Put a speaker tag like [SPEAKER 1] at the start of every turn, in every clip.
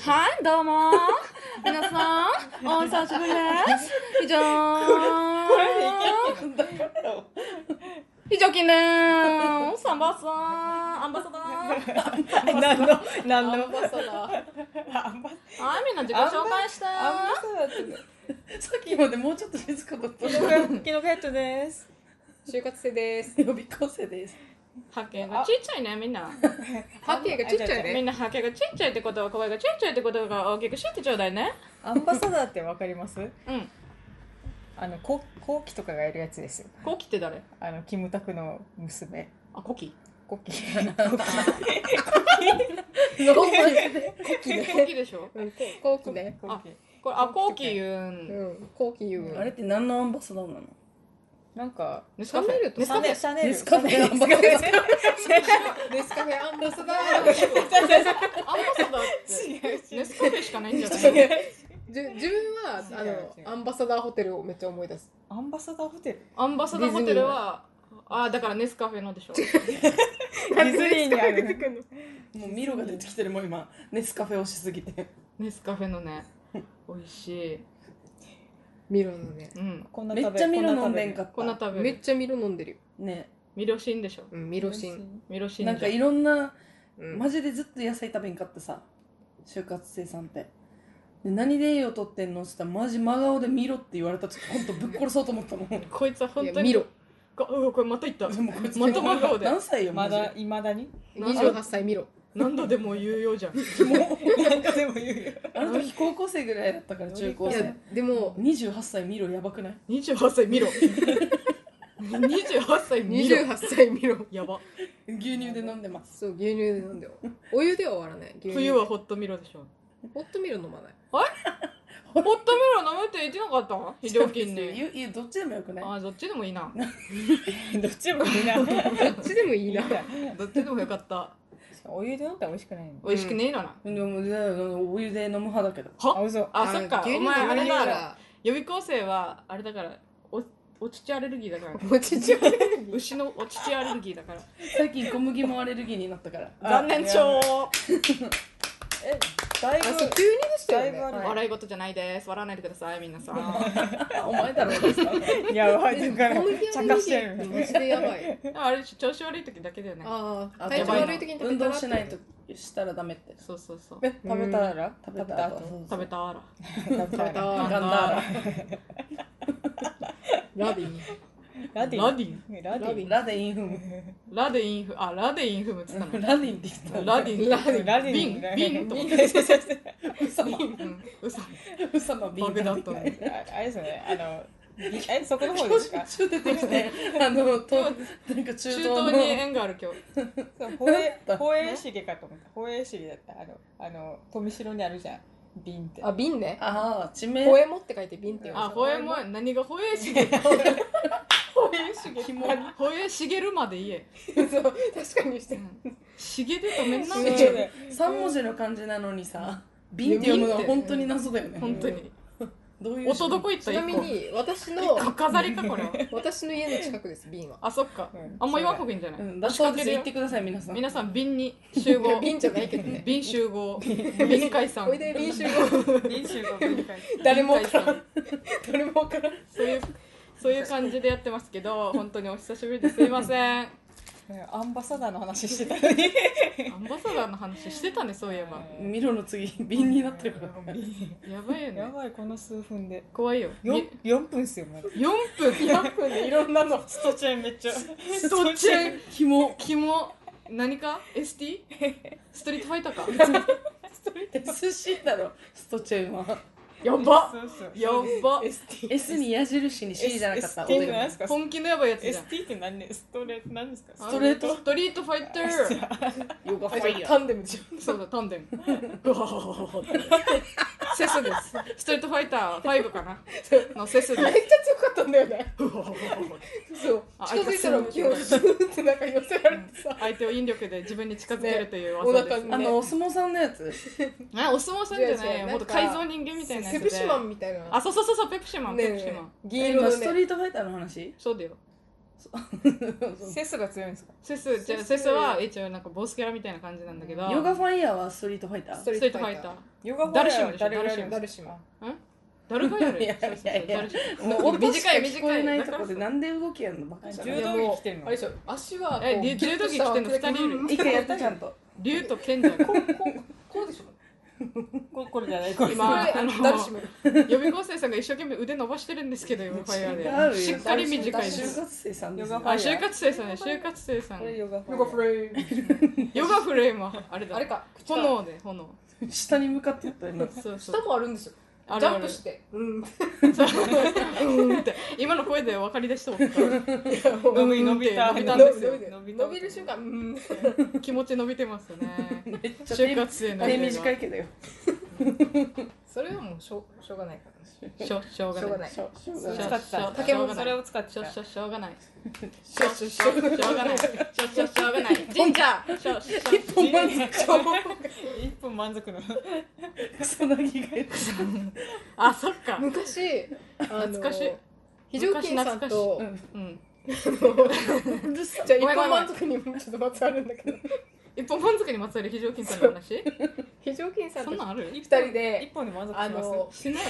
[SPEAKER 1] はい、どうも。皆さん、お久しぶりです。以上。以上金です。サンバさん、アンバサダー。
[SPEAKER 2] 何の何の
[SPEAKER 3] バサダー
[SPEAKER 2] あんま
[SPEAKER 1] はい、みんな自己紹介して。
[SPEAKER 3] アンバサダーって
[SPEAKER 2] さっきまでもうちょっと静かだったキノカヘッドです
[SPEAKER 3] 就活生です
[SPEAKER 2] 予備校生です
[SPEAKER 1] 波形がちっちゃいね、みんな。
[SPEAKER 3] ハッピーがちっちゃい
[SPEAKER 1] みん
[SPEAKER 3] ね
[SPEAKER 1] な波形がちっちゃいってことは、声がちっちゃいってことが大きく知ってちょうだいね。
[SPEAKER 2] アンバサダーってわかります
[SPEAKER 1] うん。
[SPEAKER 2] あのこ後期とかがやるやつですよ
[SPEAKER 1] コキって誰
[SPEAKER 2] あのキムタクの娘
[SPEAKER 1] あ、コキ
[SPEAKER 2] コキ
[SPEAKER 3] コキ
[SPEAKER 1] コ
[SPEAKER 3] ね
[SPEAKER 1] キでしょ
[SPEAKER 3] コキね
[SPEAKER 2] コキ
[SPEAKER 1] これ、あ、コキ言うん
[SPEAKER 3] う。んコキ言う
[SPEAKER 4] あれって何のアンバサダーなの
[SPEAKER 2] なんか
[SPEAKER 1] ネスカフ
[SPEAKER 3] 冷める
[SPEAKER 1] ェ。
[SPEAKER 3] と
[SPEAKER 1] ネスカフェ。
[SPEAKER 2] シャネル
[SPEAKER 4] デスカフェ
[SPEAKER 2] シャネルデスカフ
[SPEAKER 3] デスカフェアンバサダー
[SPEAKER 1] アンバサダーって。
[SPEAKER 2] ェ違う違う
[SPEAKER 1] ネスカフェしかないんじゃない
[SPEAKER 3] じゅ自分はあ
[SPEAKER 2] 違う違う
[SPEAKER 3] のアンバサダーホテルをめっちゃ思い出す
[SPEAKER 2] アンバサダーホテル
[SPEAKER 1] アンバサダーホテルは、あーだからネスカフェのでしょ。
[SPEAKER 2] ディズニーにある
[SPEAKER 3] くんの
[SPEAKER 4] もうミロが出てきてるもう今ネスカフェをしすぎて
[SPEAKER 1] ネスカフェのね、美味しい。
[SPEAKER 3] ミロのね
[SPEAKER 1] うん。
[SPEAKER 2] こんな
[SPEAKER 4] め
[SPEAKER 2] 食べ
[SPEAKER 4] っちゃミロ飲んでんか
[SPEAKER 2] こ
[SPEAKER 4] った
[SPEAKER 1] こんな食べ
[SPEAKER 3] めっ
[SPEAKER 1] る。
[SPEAKER 3] ちゃミロ飲んでるよ
[SPEAKER 4] ね
[SPEAKER 1] ミロシンでしょ。
[SPEAKER 3] うんミ
[SPEAKER 2] ん
[SPEAKER 3] ロ
[SPEAKER 2] な食べ
[SPEAKER 3] シ
[SPEAKER 2] る
[SPEAKER 3] ン
[SPEAKER 1] ミロシン
[SPEAKER 4] なんか
[SPEAKER 1] じ
[SPEAKER 4] いろんな
[SPEAKER 3] うん
[SPEAKER 4] マジでずっと野菜食べんかったさ就活生さんってで何で栄養取ってんのって言ったらマジ真顔でミロって言われた時ほんとぶっ殺そうと思った もん
[SPEAKER 1] ゃんこいつは本
[SPEAKER 3] い
[SPEAKER 1] 当
[SPEAKER 3] や
[SPEAKER 1] に。
[SPEAKER 3] ミロ
[SPEAKER 1] こうわこれまた行った。
[SPEAKER 4] もうこいつ
[SPEAKER 1] また真顔で
[SPEAKER 4] 何歳よ
[SPEAKER 2] ま
[SPEAKER 4] マジ
[SPEAKER 2] だ
[SPEAKER 4] で
[SPEAKER 2] いまだに
[SPEAKER 3] 28歳ミロ
[SPEAKER 1] 何度でも言うようじゃん。
[SPEAKER 2] もうなんかでも言うよ
[SPEAKER 4] あの時高校生ぐらいだったから中高
[SPEAKER 3] いや
[SPEAKER 4] 生
[SPEAKER 3] でも
[SPEAKER 4] 28歳ミロやばくない
[SPEAKER 1] 28歳ミロ。28歳ミロ。
[SPEAKER 3] 28歳ミロ
[SPEAKER 1] やば。
[SPEAKER 4] 牛乳で飲んでます
[SPEAKER 3] そう牛乳で飲んでよお湯では終わらない牛乳
[SPEAKER 1] 冬はホットミロでしょ。
[SPEAKER 3] ホットミル飲まない
[SPEAKER 1] ホットミロ飲むって言ってなかった非常勤に。
[SPEAKER 4] いいやどっちでもよくない
[SPEAKER 1] あーどっちでもいいな。
[SPEAKER 2] どっちもみんな
[SPEAKER 3] どっちでもいいな
[SPEAKER 1] どっちでもよかった。
[SPEAKER 2] お湯で飲んだら美味しくないの
[SPEAKER 1] 美味しくねえのな。
[SPEAKER 4] でもじゃあお湯で飲む派だけど
[SPEAKER 2] あ
[SPEAKER 1] は
[SPEAKER 2] 嘘
[SPEAKER 1] あ、そっか。お
[SPEAKER 3] 牛乳飲
[SPEAKER 1] 前あ
[SPEAKER 3] まな
[SPEAKER 1] れ
[SPEAKER 3] い
[SPEAKER 1] だ
[SPEAKER 3] か
[SPEAKER 1] ろ。
[SPEAKER 3] ら
[SPEAKER 1] 予備校生はあれだからおお乳アレルギーだ から
[SPEAKER 3] お ちちゃい
[SPEAKER 1] 牛のお乳アレルギーだから
[SPEAKER 4] 最近小麦もアレルギーになったから
[SPEAKER 1] 残念
[SPEAKER 2] あ
[SPEAKER 1] 症
[SPEAKER 2] えだいぶ
[SPEAKER 3] あそう急にでしたよ
[SPEAKER 2] だいぶ
[SPEAKER 3] ね
[SPEAKER 2] あ
[SPEAKER 1] 笑い事じゃないです笑わないでくださいみんなさん
[SPEAKER 4] あお前だろで すか
[SPEAKER 2] いやばいだから
[SPEAKER 3] 小麦
[SPEAKER 2] ちゃかしてる
[SPEAKER 3] マジでやば い
[SPEAKER 1] あれ調子悪い時だけだよね
[SPEAKER 3] ああ
[SPEAKER 4] あ
[SPEAKER 3] 体
[SPEAKER 1] や
[SPEAKER 3] 調
[SPEAKER 1] ばいな
[SPEAKER 3] 悪い時に食べ
[SPEAKER 4] 運
[SPEAKER 3] た
[SPEAKER 4] 動
[SPEAKER 3] ら
[SPEAKER 4] しないとしたらダメって
[SPEAKER 1] そうそうそう
[SPEAKER 2] え食べたら
[SPEAKER 4] 食べた後
[SPEAKER 1] 食べたあら
[SPEAKER 2] 食べ
[SPEAKER 3] 食べ
[SPEAKER 1] ガ
[SPEAKER 3] た
[SPEAKER 4] ガ
[SPEAKER 1] ン
[SPEAKER 4] ン
[SPEAKER 1] ダー
[SPEAKER 4] ダー
[SPEAKER 1] ラ
[SPEAKER 4] ラ
[SPEAKER 3] ラビー
[SPEAKER 2] ラディ
[SPEAKER 1] ラディン
[SPEAKER 2] ラディ
[SPEAKER 4] ラデインフム
[SPEAKER 1] ラデインフあラデインフムっつったの
[SPEAKER 4] ラディンって言った
[SPEAKER 1] ラディン
[SPEAKER 3] ラディン
[SPEAKER 2] ラデ
[SPEAKER 1] ビ
[SPEAKER 2] ィ
[SPEAKER 1] ン
[SPEAKER 2] ンラディン
[SPEAKER 1] ビンと思って
[SPEAKER 4] ウサマ
[SPEAKER 1] うん嘘
[SPEAKER 4] ウサマビン
[SPEAKER 1] バグだったのに
[SPEAKER 2] ああれですよねあのえそこの方
[SPEAKER 4] 教
[SPEAKER 2] です
[SPEAKER 4] 習
[SPEAKER 2] か
[SPEAKER 4] 中出てきてあのとなんか
[SPEAKER 1] 中
[SPEAKER 4] 中東の
[SPEAKER 1] 東に縁がある今日
[SPEAKER 2] そう宝永宝永茂かと思った宝永茂だったあのあの富城にあるじゃん瓶って
[SPEAKER 3] あ瓶ね
[SPEAKER 4] ああ地
[SPEAKER 3] ポ
[SPEAKER 4] 名
[SPEAKER 3] エモって書いて瓶って言
[SPEAKER 1] あホエモン何がホエシゲホエシゲホエシゲルまで言え
[SPEAKER 3] そう確かにして
[SPEAKER 1] シゲで止めんな
[SPEAKER 2] そう
[SPEAKER 4] シゲ
[SPEAKER 2] ね
[SPEAKER 4] 三文字の漢字なのにさビンって読むのは本当に謎だよね
[SPEAKER 1] 本当に
[SPEAKER 4] どういう
[SPEAKER 1] 音どこ行った
[SPEAKER 3] ちなみ
[SPEAKER 1] 一
[SPEAKER 3] に私の
[SPEAKER 1] 個飾りかこれ は
[SPEAKER 3] 私の家の近くです瓶は
[SPEAKER 1] あそっか
[SPEAKER 2] うん
[SPEAKER 1] あんま言わんほうがいいんじゃない
[SPEAKER 4] うんだ
[SPEAKER 1] 押
[SPEAKER 4] っ
[SPEAKER 1] したからける
[SPEAKER 4] で言
[SPEAKER 1] よ
[SPEAKER 4] ってください皆さん
[SPEAKER 1] 皆さん瓶に集 合
[SPEAKER 3] 瓶じゃないけどね
[SPEAKER 1] 瓶集 合瓶解散
[SPEAKER 3] おいで瓶集合
[SPEAKER 2] 瓶集合瓶会
[SPEAKER 3] 誰も分
[SPEAKER 1] 瓶解
[SPEAKER 3] からん
[SPEAKER 1] 散
[SPEAKER 3] 誰も分からん
[SPEAKER 1] そういうそういう感じでやってますけど本当にお久しぶりですいま せんア
[SPEAKER 2] アンバサダーの話してたのに
[SPEAKER 1] ンバサダーの話してたねそういえば
[SPEAKER 4] ミロの次ビンになってるから
[SPEAKER 1] やばいよ
[SPEAKER 2] や
[SPEAKER 1] ね
[SPEAKER 2] ばいこの数分で
[SPEAKER 1] 怖いよ
[SPEAKER 2] よ
[SPEAKER 1] み
[SPEAKER 2] ん四分っすよまだ
[SPEAKER 1] 4分
[SPEAKER 2] 4分でいろんなのストチェンめっちゃス
[SPEAKER 1] どっち
[SPEAKER 4] キモ
[SPEAKER 1] キモ何か ST? ストリートファイターか
[SPEAKER 4] SC だろストチェンは
[SPEAKER 1] やば
[SPEAKER 2] そうそう
[SPEAKER 1] やば
[SPEAKER 2] ST
[SPEAKER 4] S に矢印に C じゃなかった
[SPEAKER 2] ST っ
[SPEAKER 4] お
[SPEAKER 2] て
[SPEAKER 4] で
[SPEAKER 2] 何ですか
[SPEAKER 1] 本気のやばいやつじゃん
[SPEAKER 2] ST って何ねストレート何ですか
[SPEAKER 1] あの
[SPEAKER 4] ストレート
[SPEAKER 1] ストリートファイター
[SPEAKER 4] ヨガフ
[SPEAKER 3] あ
[SPEAKER 4] ァイ
[SPEAKER 3] じゃあ
[SPEAKER 4] ヤ
[SPEAKER 3] タンデムじゃ
[SPEAKER 1] そうだ、タンデム。セスです。ストリートファイター5かなのセス
[SPEAKER 3] ん
[SPEAKER 1] で
[SPEAKER 3] めっちゃ強かったんだよね
[SPEAKER 1] す。
[SPEAKER 3] そう
[SPEAKER 1] あ
[SPEAKER 3] 近づいたら基本シューってなんか寄せられてさ
[SPEAKER 1] 相手を引力で自分に近づけるという
[SPEAKER 3] ね
[SPEAKER 1] 技です。
[SPEAKER 3] お腹
[SPEAKER 4] あのお相撲さんのやつ
[SPEAKER 1] あお相撲さんじゃない
[SPEAKER 3] 違う違
[SPEAKER 1] よ。
[SPEAKER 3] う
[SPEAKER 1] もっと改造人間みたいな
[SPEAKER 3] セ
[SPEAKER 1] やつ
[SPEAKER 3] プ
[SPEAKER 1] で。
[SPEAKER 3] シマンみたいな
[SPEAKER 1] あ、そうそうそうそう、ペプシマン、
[SPEAKER 3] ね
[SPEAKER 1] ペプシマン。
[SPEAKER 3] 銀
[SPEAKER 4] え
[SPEAKER 3] 色
[SPEAKER 4] 今
[SPEAKER 3] の
[SPEAKER 4] スト
[SPEAKER 3] ね
[SPEAKER 4] リートファイターの話
[SPEAKER 1] そうだよ。
[SPEAKER 2] セスが強いんですか
[SPEAKER 1] セスじゃあセスは一応なんかボスキャラみたいな感じなんだけど
[SPEAKER 4] ヨガファイヤーはストリートファイタ
[SPEAKER 3] ス
[SPEAKER 4] ー
[SPEAKER 3] ト
[SPEAKER 1] ストリートファイター
[SPEAKER 2] ヨガフ
[SPEAKER 1] ダルシムでしょ
[SPEAKER 2] 誰がやるん
[SPEAKER 1] ダ
[SPEAKER 3] ルシム
[SPEAKER 2] あ
[SPEAKER 1] ダルファイヤル
[SPEAKER 4] いやいやいや
[SPEAKER 1] そうそうそうダルシ
[SPEAKER 4] もう
[SPEAKER 1] ム
[SPEAKER 4] 音し
[SPEAKER 1] 短
[SPEAKER 4] か
[SPEAKER 1] い
[SPEAKER 4] 聞こ
[SPEAKER 1] 短
[SPEAKER 4] え
[SPEAKER 1] い
[SPEAKER 4] ないとこでなんで動きやんのバカじゃ
[SPEAKER 2] 柔
[SPEAKER 4] ん
[SPEAKER 2] 道着着てる
[SPEAKER 3] あ
[SPEAKER 2] の
[SPEAKER 3] れでしょ足はこう
[SPEAKER 1] え柔
[SPEAKER 3] ギュッと
[SPEAKER 1] 道着
[SPEAKER 3] した
[SPEAKER 1] 着てんの二人いる
[SPEAKER 3] うん
[SPEAKER 4] 一回やってちゃんと
[SPEAKER 1] 竜と賢者
[SPEAKER 3] こうこうこうでしょ
[SPEAKER 2] ここれじゃないこれ
[SPEAKER 1] 今まあ
[SPEAKER 3] これ
[SPEAKER 1] あの
[SPEAKER 3] ダルシム
[SPEAKER 1] 予備校生さんが一生懸命腕伸ばしてるんですけど今ファイヤーで
[SPEAKER 4] 違う
[SPEAKER 1] し
[SPEAKER 4] よ
[SPEAKER 1] っかり短いで
[SPEAKER 4] 就
[SPEAKER 1] す
[SPEAKER 4] 活生さんです
[SPEAKER 2] ヨ
[SPEAKER 4] よ
[SPEAKER 2] ガ
[SPEAKER 1] あ
[SPEAKER 2] ファイヤ
[SPEAKER 1] 就活生さんね就活生さん
[SPEAKER 2] これヨガファ
[SPEAKER 3] なん
[SPEAKER 2] イヤ
[SPEAKER 3] か
[SPEAKER 2] ー
[SPEAKER 3] フレー
[SPEAKER 1] ヨガフレームはあれだ
[SPEAKER 3] あれか
[SPEAKER 1] 炎で炎
[SPEAKER 4] 下に向かってやった よ今
[SPEAKER 1] そうそ
[SPEAKER 3] 下
[SPEAKER 1] う
[SPEAKER 3] もあるんですよ
[SPEAKER 1] あ
[SPEAKER 3] ジ
[SPEAKER 1] る
[SPEAKER 3] ャ
[SPEAKER 1] あ
[SPEAKER 3] ン
[SPEAKER 1] る
[SPEAKER 3] プしてうん
[SPEAKER 1] うんって今の声で分かりだしてもった
[SPEAKER 2] いや
[SPEAKER 1] 伸びて
[SPEAKER 2] 伸
[SPEAKER 1] 伸
[SPEAKER 2] び
[SPEAKER 1] び
[SPEAKER 2] た
[SPEAKER 1] たん
[SPEAKER 2] んで
[SPEAKER 1] ですす
[SPEAKER 2] よ
[SPEAKER 1] よ
[SPEAKER 3] 伸びる瞬間うん
[SPEAKER 1] 気持ち伸びてますね
[SPEAKER 4] めっちゃ
[SPEAKER 1] 就
[SPEAKER 4] 手
[SPEAKER 1] 活生の
[SPEAKER 4] 手
[SPEAKER 1] 腕が
[SPEAKER 4] 短いけどよ
[SPEAKER 3] それはもうしょうしょうがないから
[SPEAKER 1] しょしょうが
[SPEAKER 3] しょう
[SPEAKER 1] な
[SPEAKER 3] が
[SPEAKER 1] い
[SPEAKER 3] ない
[SPEAKER 4] しょしょう
[SPEAKER 2] そ
[SPEAKER 4] が
[SPEAKER 2] れ
[SPEAKER 4] ない
[SPEAKER 2] 使ってた
[SPEAKER 1] 竹も
[SPEAKER 2] それを使って
[SPEAKER 1] しょ
[SPEAKER 2] た
[SPEAKER 1] しょしょうがないし
[SPEAKER 3] し
[SPEAKER 1] ょ
[SPEAKER 3] ょ
[SPEAKER 1] し
[SPEAKER 3] し
[SPEAKER 1] ょ
[SPEAKER 3] ょ
[SPEAKER 1] し
[SPEAKER 3] し
[SPEAKER 1] ょ
[SPEAKER 3] ょ
[SPEAKER 1] うがないしょしょしょうがない神社 しょしょ
[SPEAKER 4] 一本満足
[SPEAKER 2] 一分満足の
[SPEAKER 4] 草薙がやって
[SPEAKER 1] あそっか
[SPEAKER 3] 昔あの
[SPEAKER 1] 懐かしい
[SPEAKER 3] 非常勤さんと
[SPEAKER 4] うん
[SPEAKER 1] うん
[SPEAKER 3] じゃあ一
[SPEAKER 1] ごめんごめ
[SPEAKER 3] 本
[SPEAKER 1] ん
[SPEAKER 3] 満足にもちょっとまつわるんだけど
[SPEAKER 1] 一本満足にまつわる非常勤さんの話
[SPEAKER 3] 非常勤さん
[SPEAKER 1] そ
[SPEAKER 3] と
[SPEAKER 1] んなんある
[SPEAKER 3] 二人で
[SPEAKER 2] 一本で満足し
[SPEAKER 3] あ
[SPEAKER 2] ます
[SPEAKER 3] の
[SPEAKER 1] しない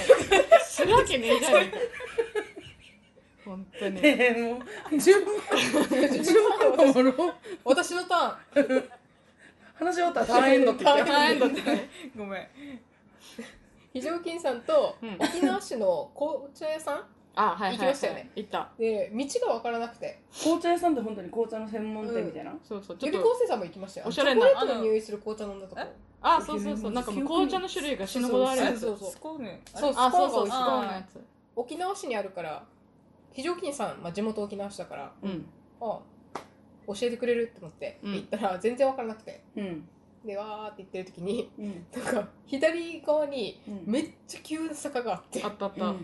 [SPEAKER 1] するわけねえじゃん本当に
[SPEAKER 4] ねえもう 十分10分も
[SPEAKER 3] 私のターン
[SPEAKER 4] 話し終わったらターンエンドって言っ
[SPEAKER 1] タ
[SPEAKER 4] た
[SPEAKER 1] ーンエンドってね
[SPEAKER 2] ごめん
[SPEAKER 3] 非常勤さんと
[SPEAKER 1] うん
[SPEAKER 3] 沖縄市の紅茶屋さん
[SPEAKER 1] あはいはい、はい、
[SPEAKER 3] 行きましたよね
[SPEAKER 1] 行った
[SPEAKER 3] で道が分からなくて
[SPEAKER 4] 紅茶屋さんって本当に紅茶の専門店みたいな
[SPEAKER 1] そうそうち
[SPEAKER 3] 予
[SPEAKER 1] ょっ
[SPEAKER 3] 備
[SPEAKER 1] と
[SPEAKER 3] 校生さんも行きましたよ
[SPEAKER 1] おしゃれ
[SPEAKER 3] チ
[SPEAKER 1] な
[SPEAKER 3] ョコレートに入する紅茶飲んだとこ
[SPEAKER 2] え
[SPEAKER 1] あそうそうそうなんかもう紅茶の種類が死ぬほどあるやつ
[SPEAKER 3] そうそう
[SPEAKER 2] スコーネ
[SPEAKER 3] そうスコー
[SPEAKER 1] あ
[SPEAKER 3] ン
[SPEAKER 1] そう
[SPEAKER 3] が
[SPEAKER 1] そう
[SPEAKER 3] 美味
[SPEAKER 1] ス
[SPEAKER 3] し
[SPEAKER 1] コ
[SPEAKER 3] い
[SPEAKER 1] ーンのやつ
[SPEAKER 3] 沖縄市にあるから非常勤さん、まあ、地元沖縄市だから
[SPEAKER 1] うん
[SPEAKER 3] あ教えてくれるって思って
[SPEAKER 1] うん
[SPEAKER 3] 行ったら全然分からなくて、
[SPEAKER 4] うん
[SPEAKER 3] でわーって行ってる時に
[SPEAKER 4] うん
[SPEAKER 3] なんか左側に
[SPEAKER 4] うん
[SPEAKER 3] めっちゃ急な坂があって
[SPEAKER 1] あったあっ
[SPEAKER 4] う
[SPEAKER 1] た
[SPEAKER 4] ん
[SPEAKER 3] はっっ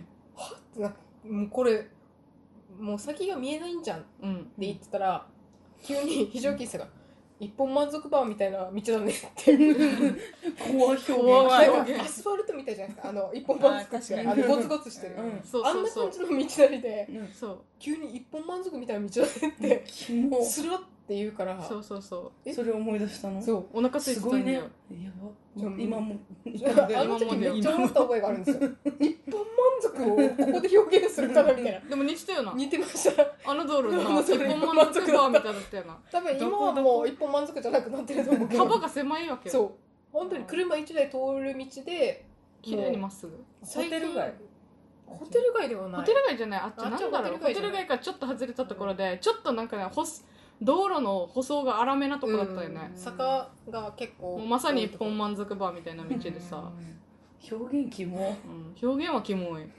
[SPEAKER 3] てなもうこれもう先が見えないんじゃんって
[SPEAKER 1] うん
[SPEAKER 3] 言ってたら、急に非常勤さんが「一本満足バーみたいな道だね」ってな
[SPEAKER 4] 怖
[SPEAKER 3] ん
[SPEAKER 4] い表現
[SPEAKER 1] 怖い表現
[SPEAKER 3] かアスファルトみたいじゃないですかあの一本満足って
[SPEAKER 2] あー確か
[SPEAKER 3] あ
[SPEAKER 2] に
[SPEAKER 3] のゴツゴツしてる、
[SPEAKER 4] うん
[SPEAKER 1] そう
[SPEAKER 3] あ
[SPEAKER 1] そ
[SPEAKER 3] ん
[SPEAKER 1] う
[SPEAKER 3] な
[SPEAKER 1] そ
[SPEAKER 3] 感
[SPEAKER 1] う
[SPEAKER 3] じの道なりで
[SPEAKER 4] うん
[SPEAKER 1] そう
[SPEAKER 3] 急に一本満足みたいな道だねって
[SPEAKER 4] キモ
[SPEAKER 3] スルッって言うから
[SPEAKER 1] そうそうそ
[SPEAKER 3] え
[SPEAKER 4] それ思い出したの
[SPEAKER 3] そう
[SPEAKER 1] うお腹空い
[SPEAKER 4] す
[SPEAKER 1] てた
[SPEAKER 4] ごい
[SPEAKER 1] んだ
[SPEAKER 4] ね
[SPEAKER 1] よ
[SPEAKER 4] や
[SPEAKER 3] じゃ
[SPEAKER 4] ば
[SPEAKER 3] あ
[SPEAKER 4] 今も
[SPEAKER 3] あの時めっちゃ思った覚えがあるんですよ。 一本満足をここで表現するかなみたいな。
[SPEAKER 1] でも似てたよな
[SPEAKER 3] 似てました。
[SPEAKER 1] あの道路の
[SPEAKER 3] そ
[SPEAKER 1] 一
[SPEAKER 3] うそう
[SPEAKER 1] 本満足バーみたいだったよな
[SPEAKER 3] 多分今はもう一本満足じゃなくなってると思うけ
[SPEAKER 1] 幅
[SPEAKER 3] ど。
[SPEAKER 1] が狭いわけ
[SPEAKER 3] そ
[SPEAKER 1] よ
[SPEAKER 3] う。本当に車一台通る道で、
[SPEAKER 1] 綺麗にまっすぐ
[SPEAKER 2] ホテル街
[SPEAKER 3] ホテル街ではない。
[SPEAKER 1] ホテル街じゃないあっちな
[SPEAKER 3] あ
[SPEAKER 1] ん
[SPEAKER 3] っ
[SPEAKER 1] だ
[SPEAKER 3] ち
[SPEAKER 1] ろうホテ
[SPEAKER 3] ホテル街じゃない
[SPEAKER 1] ル街からちょっと外れたところでちょっとなんかねほす道路の舗装が荒めなとこだったよね
[SPEAKER 3] うん坂が結構。
[SPEAKER 1] もうまさに一本満足バーみたいな道でさ、
[SPEAKER 4] 表現キモ
[SPEAKER 1] うん表現はキモい、うん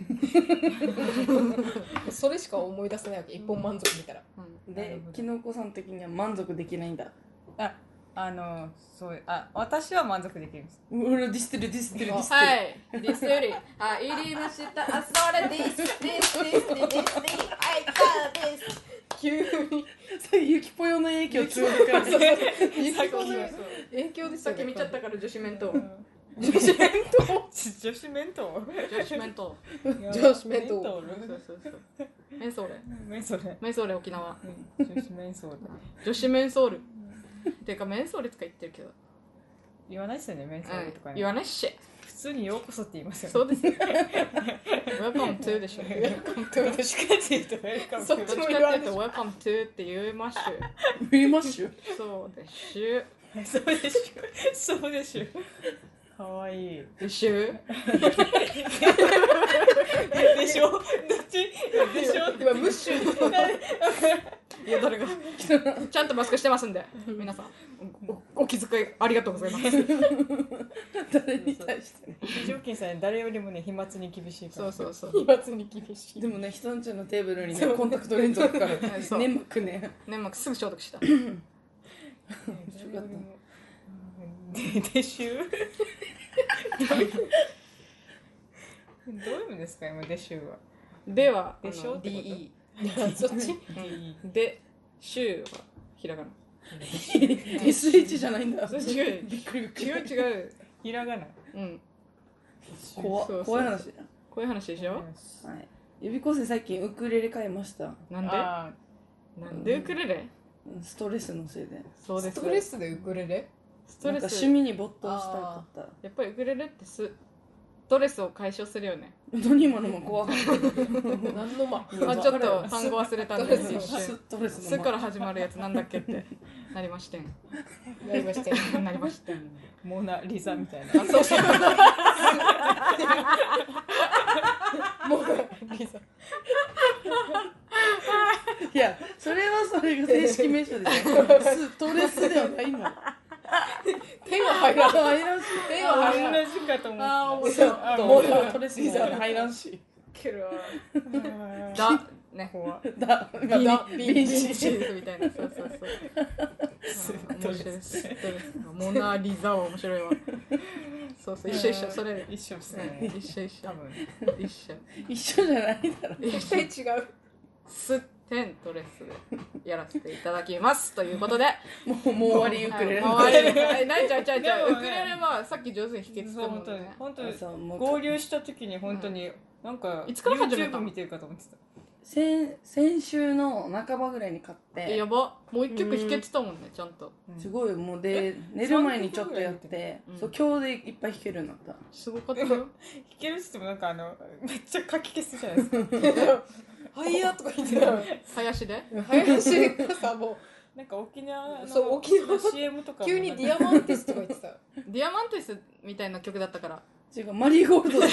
[SPEAKER 3] それしか思い出せないわけ。一本満足みたいな。
[SPEAKER 4] できのこさん的には満足できないんだ
[SPEAKER 2] あのそうあ私は満足できるんです
[SPEAKER 4] うらディスってるディスってるディスっ
[SPEAKER 1] は
[SPEAKER 4] て
[SPEAKER 1] いディスよりあ入りましたあそれディスディスディスディスディス
[SPEAKER 3] 急に。
[SPEAKER 4] るそれゆきぽよの影響強いから
[SPEAKER 3] 影響で影響で
[SPEAKER 1] さっき見ちゃったから女 子面倒
[SPEAKER 3] 女子弁当。
[SPEAKER 2] 女子面倒
[SPEAKER 1] 女子面倒
[SPEAKER 3] 女子面倒
[SPEAKER 1] そうそうそうメンソーレ
[SPEAKER 2] メンソール
[SPEAKER 1] メンソーレ沖縄
[SPEAKER 2] 女子メンソール
[SPEAKER 1] 女子メンソールてかメンソーレとか言ってるけど、
[SPEAKER 2] 言わないですよねメンソールと
[SPEAKER 1] う
[SPEAKER 2] か
[SPEAKER 1] ん、
[SPEAKER 2] ね
[SPEAKER 1] 言わないっし
[SPEAKER 2] 普通にようこそって言いますよね
[SPEAKER 1] そうですね Welcome to でしょ
[SPEAKER 2] どっちかっていうとウェルカム
[SPEAKER 3] そっち
[SPEAKER 1] どっ
[SPEAKER 3] も
[SPEAKER 1] ち
[SPEAKER 3] 言
[SPEAKER 1] か
[SPEAKER 3] わ
[SPEAKER 1] っ
[SPEAKER 3] な
[SPEAKER 1] て
[SPEAKER 3] い
[SPEAKER 1] いうと Welcome to って言いましゅ
[SPEAKER 4] 見ましゅ
[SPEAKER 1] そうでしゅ
[SPEAKER 2] そうでしょそうでしょかわいい
[SPEAKER 1] でしゅ
[SPEAKER 2] でしょどっちでし ょ
[SPEAKER 3] 今ムッシュ。
[SPEAKER 1] いや誰がちゃんとマスクしてますんで皆さんおお気遣いありがとうございます
[SPEAKER 4] 誰に対してね
[SPEAKER 2] 非常勤さんね誰よりもね飛沫に厳しいか
[SPEAKER 1] そ
[SPEAKER 2] ら
[SPEAKER 1] うそうそう
[SPEAKER 3] 飛沫に厳しい。
[SPEAKER 4] でもね人んちのテーブルにねコンタクトレンズがかかる
[SPEAKER 1] そう
[SPEAKER 4] 粘膜 ね
[SPEAKER 1] 粘膜すぐ消毒した
[SPEAKER 4] 面白かった
[SPEAKER 2] ででしゅどういう意味ですか今でしゅは
[SPEAKER 1] では
[SPEAKER 2] でしょ
[SPEAKER 1] あの
[SPEAKER 2] ってこと
[SPEAKER 1] DE
[SPEAKER 3] そっち
[SPEAKER 1] でしゅはひらがな
[SPEAKER 4] SH じゃないんだ
[SPEAKER 1] それ違う
[SPEAKER 4] びっくりびっくり
[SPEAKER 1] 違う違う
[SPEAKER 2] ひらがな
[SPEAKER 1] うん
[SPEAKER 4] 怖っ
[SPEAKER 1] そうそう
[SPEAKER 4] 怖い話だ
[SPEAKER 1] こういう話でしょ
[SPEAKER 4] はい予備校生最近ウクレレ買いました
[SPEAKER 1] なんで
[SPEAKER 2] あ
[SPEAKER 1] なんでウクレレ
[SPEAKER 4] ストレスのせいで
[SPEAKER 1] そうです
[SPEAKER 3] ストレスでウクレレ
[SPEAKER 1] スト
[SPEAKER 4] なん
[SPEAKER 1] レ
[SPEAKER 4] か
[SPEAKER 1] ス
[SPEAKER 4] 趣味に没頭したかった
[SPEAKER 1] やっぱりウクレレってすストレスを解消するよね
[SPEAKER 4] 何今のも怖かっ
[SPEAKER 3] 何のま
[SPEAKER 1] あちょっと単語忘れたんで
[SPEAKER 4] た
[SPEAKER 1] す
[SPEAKER 3] そう
[SPEAKER 1] 一
[SPEAKER 3] そ
[SPEAKER 1] 瞬
[SPEAKER 4] ストレス
[SPEAKER 1] 「
[SPEAKER 4] の
[SPEAKER 1] す」から始まるやつなんだっけってなりましてん
[SPEAKER 3] やりましたよ
[SPEAKER 1] なりましてん
[SPEAKER 2] モナ・リザみたいな
[SPEAKER 1] あそうそう
[SPEAKER 3] もう
[SPEAKER 2] リザ
[SPEAKER 4] いやそれはそれが正式名称でしょストレスではないもん
[SPEAKER 3] 手が入らない
[SPEAKER 4] 入らんし
[SPEAKER 3] 手が入らない
[SPEAKER 2] 同じかと思った
[SPEAKER 3] あー面
[SPEAKER 4] ち
[SPEAKER 3] 白
[SPEAKER 4] ょ
[SPEAKER 3] い
[SPEAKER 4] っと
[SPEAKER 2] もう
[SPEAKER 4] ストレスも入らんし
[SPEAKER 1] けるわ
[SPEAKER 2] だ
[SPEAKER 1] だね
[SPEAKER 2] 怖
[SPEAKER 4] だ今
[SPEAKER 3] ビ
[SPEAKER 4] だ
[SPEAKER 3] ン
[SPEAKER 4] ビンシ
[SPEAKER 1] シーズみたいなそうそうそうあー面白いですモナ・リザは面白いわそうそう一緒一緒それ
[SPEAKER 2] 一緒で
[SPEAKER 1] う
[SPEAKER 2] す
[SPEAKER 1] ん
[SPEAKER 2] ね
[SPEAKER 1] 一緒一
[SPEAKER 2] 多
[SPEAKER 1] 緒
[SPEAKER 2] 分
[SPEAKER 1] 一緒
[SPEAKER 4] 一緒じゃないだろ
[SPEAKER 1] 一緒
[SPEAKER 3] 絶対違う
[SPEAKER 1] すってんトレスでやらせていただきますということで
[SPEAKER 4] もうもう終わりウクレレの
[SPEAKER 1] はい終わりはいないちゃうちゃうちゃう、
[SPEAKER 2] で
[SPEAKER 1] ウ
[SPEAKER 2] もね
[SPEAKER 1] クレレはさっき上手に弾けてた
[SPEAKER 2] そう
[SPEAKER 1] も
[SPEAKER 2] 本
[SPEAKER 1] ん
[SPEAKER 2] 当に
[SPEAKER 1] ね
[SPEAKER 2] 本当に
[SPEAKER 4] そうもう
[SPEAKER 2] 合流した時に本当になんか
[SPEAKER 1] いつから始めた
[SPEAKER 2] YouTube 見てるかと思ってた
[SPEAKER 4] 先先週の半ばぐらいに買っ
[SPEAKER 1] えや
[SPEAKER 4] て
[SPEAKER 1] ばもう一曲弾けてたもんねちゃんと
[SPEAKER 2] うん
[SPEAKER 4] すごいもうで寝る前にちょっとやって
[SPEAKER 1] うん
[SPEAKER 4] そう今日でいっぱい弾けるようになった
[SPEAKER 1] すごかったよ
[SPEAKER 2] 弾けるっつってもなんかあのめっちゃ書き消すじゃないですか
[SPEAKER 3] はいやとか言ってたの
[SPEAKER 1] 林で
[SPEAKER 3] 林がさも
[SPEAKER 2] なんか沖縄の
[SPEAKER 3] そう沖縄
[SPEAKER 2] CM とか
[SPEAKER 3] う
[SPEAKER 2] も
[SPEAKER 3] 急にディ
[SPEAKER 2] ア
[SPEAKER 3] アマンティスとか言ってた
[SPEAKER 1] ディアマンティスみたいな曲だったから
[SPEAKER 4] 違うマリーゴールドだよ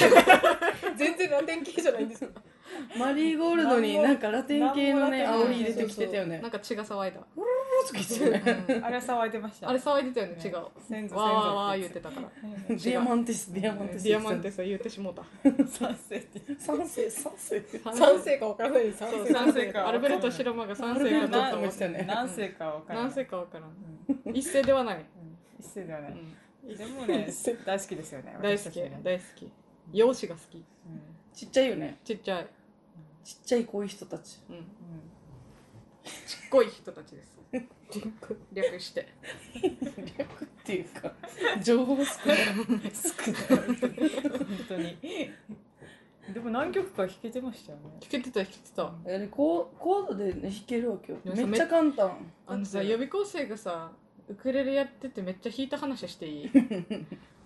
[SPEAKER 3] 全然ラテン系じゃないんですよ
[SPEAKER 4] マリーゴールドになんかラテン系のね
[SPEAKER 2] なんも
[SPEAKER 4] 煽り入れてきてたよね
[SPEAKER 1] なんか血が騒いだ、 うん
[SPEAKER 2] あれ騒いでました
[SPEAKER 1] あれ騒いでたよね違うわ
[SPEAKER 2] 先
[SPEAKER 1] ー
[SPEAKER 2] 祖
[SPEAKER 1] わーわー
[SPEAKER 2] 先
[SPEAKER 1] 言っ
[SPEAKER 2] 祖
[SPEAKER 1] てたから
[SPEAKER 4] ディアマンティ スディアマンテ
[SPEAKER 1] デ
[SPEAKER 4] ィス
[SPEAKER 1] ィアマンティスは言ってしもうた
[SPEAKER 2] 賛成って
[SPEAKER 4] 賛成賛成
[SPEAKER 3] 賛成か分からないです
[SPEAKER 1] そう
[SPEAKER 2] 賛
[SPEAKER 1] 賛
[SPEAKER 2] 成
[SPEAKER 1] 成かアルベルト・シロマが賛成
[SPEAKER 4] ア
[SPEAKER 1] か
[SPEAKER 4] ルベルト
[SPEAKER 1] どうか
[SPEAKER 4] と
[SPEAKER 1] も
[SPEAKER 4] 思ってたよね
[SPEAKER 2] 何世かわからない
[SPEAKER 1] 何世かわからん
[SPEAKER 2] うん
[SPEAKER 1] 一世ではない、
[SPEAKER 2] うん一世ではな
[SPEAKER 1] う
[SPEAKER 2] い
[SPEAKER 1] ん
[SPEAKER 2] でもね大好きですよね
[SPEAKER 1] 大
[SPEAKER 2] 私
[SPEAKER 1] 好
[SPEAKER 2] た
[SPEAKER 1] き
[SPEAKER 2] ちね
[SPEAKER 1] 大好き容姿が好き
[SPEAKER 2] うん
[SPEAKER 4] ちっちゃいよね
[SPEAKER 1] ちっちゃい、
[SPEAKER 4] ちっちゃいこういう人たち
[SPEAKER 1] うん、
[SPEAKER 2] うん
[SPEAKER 1] ちっこい人たちです 略して
[SPEAKER 4] 略っていうか情報少ない
[SPEAKER 2] 本当にでも何曲か弾けてましたよね
[SPEAKER 1] 弾けてた弾けてた
[SPEAKER 4] あれコーコードで、ね、弾けるわけよ
[SPEAKER 1] でもさ
[SPEAKER 4] めっちゃ簡単
[SPEAKER 1] あのさ
[SPEAKER 2] うん
[SPEAKER 1] 予備校生がさウクレレやっててめっちゃ弾いた話してい い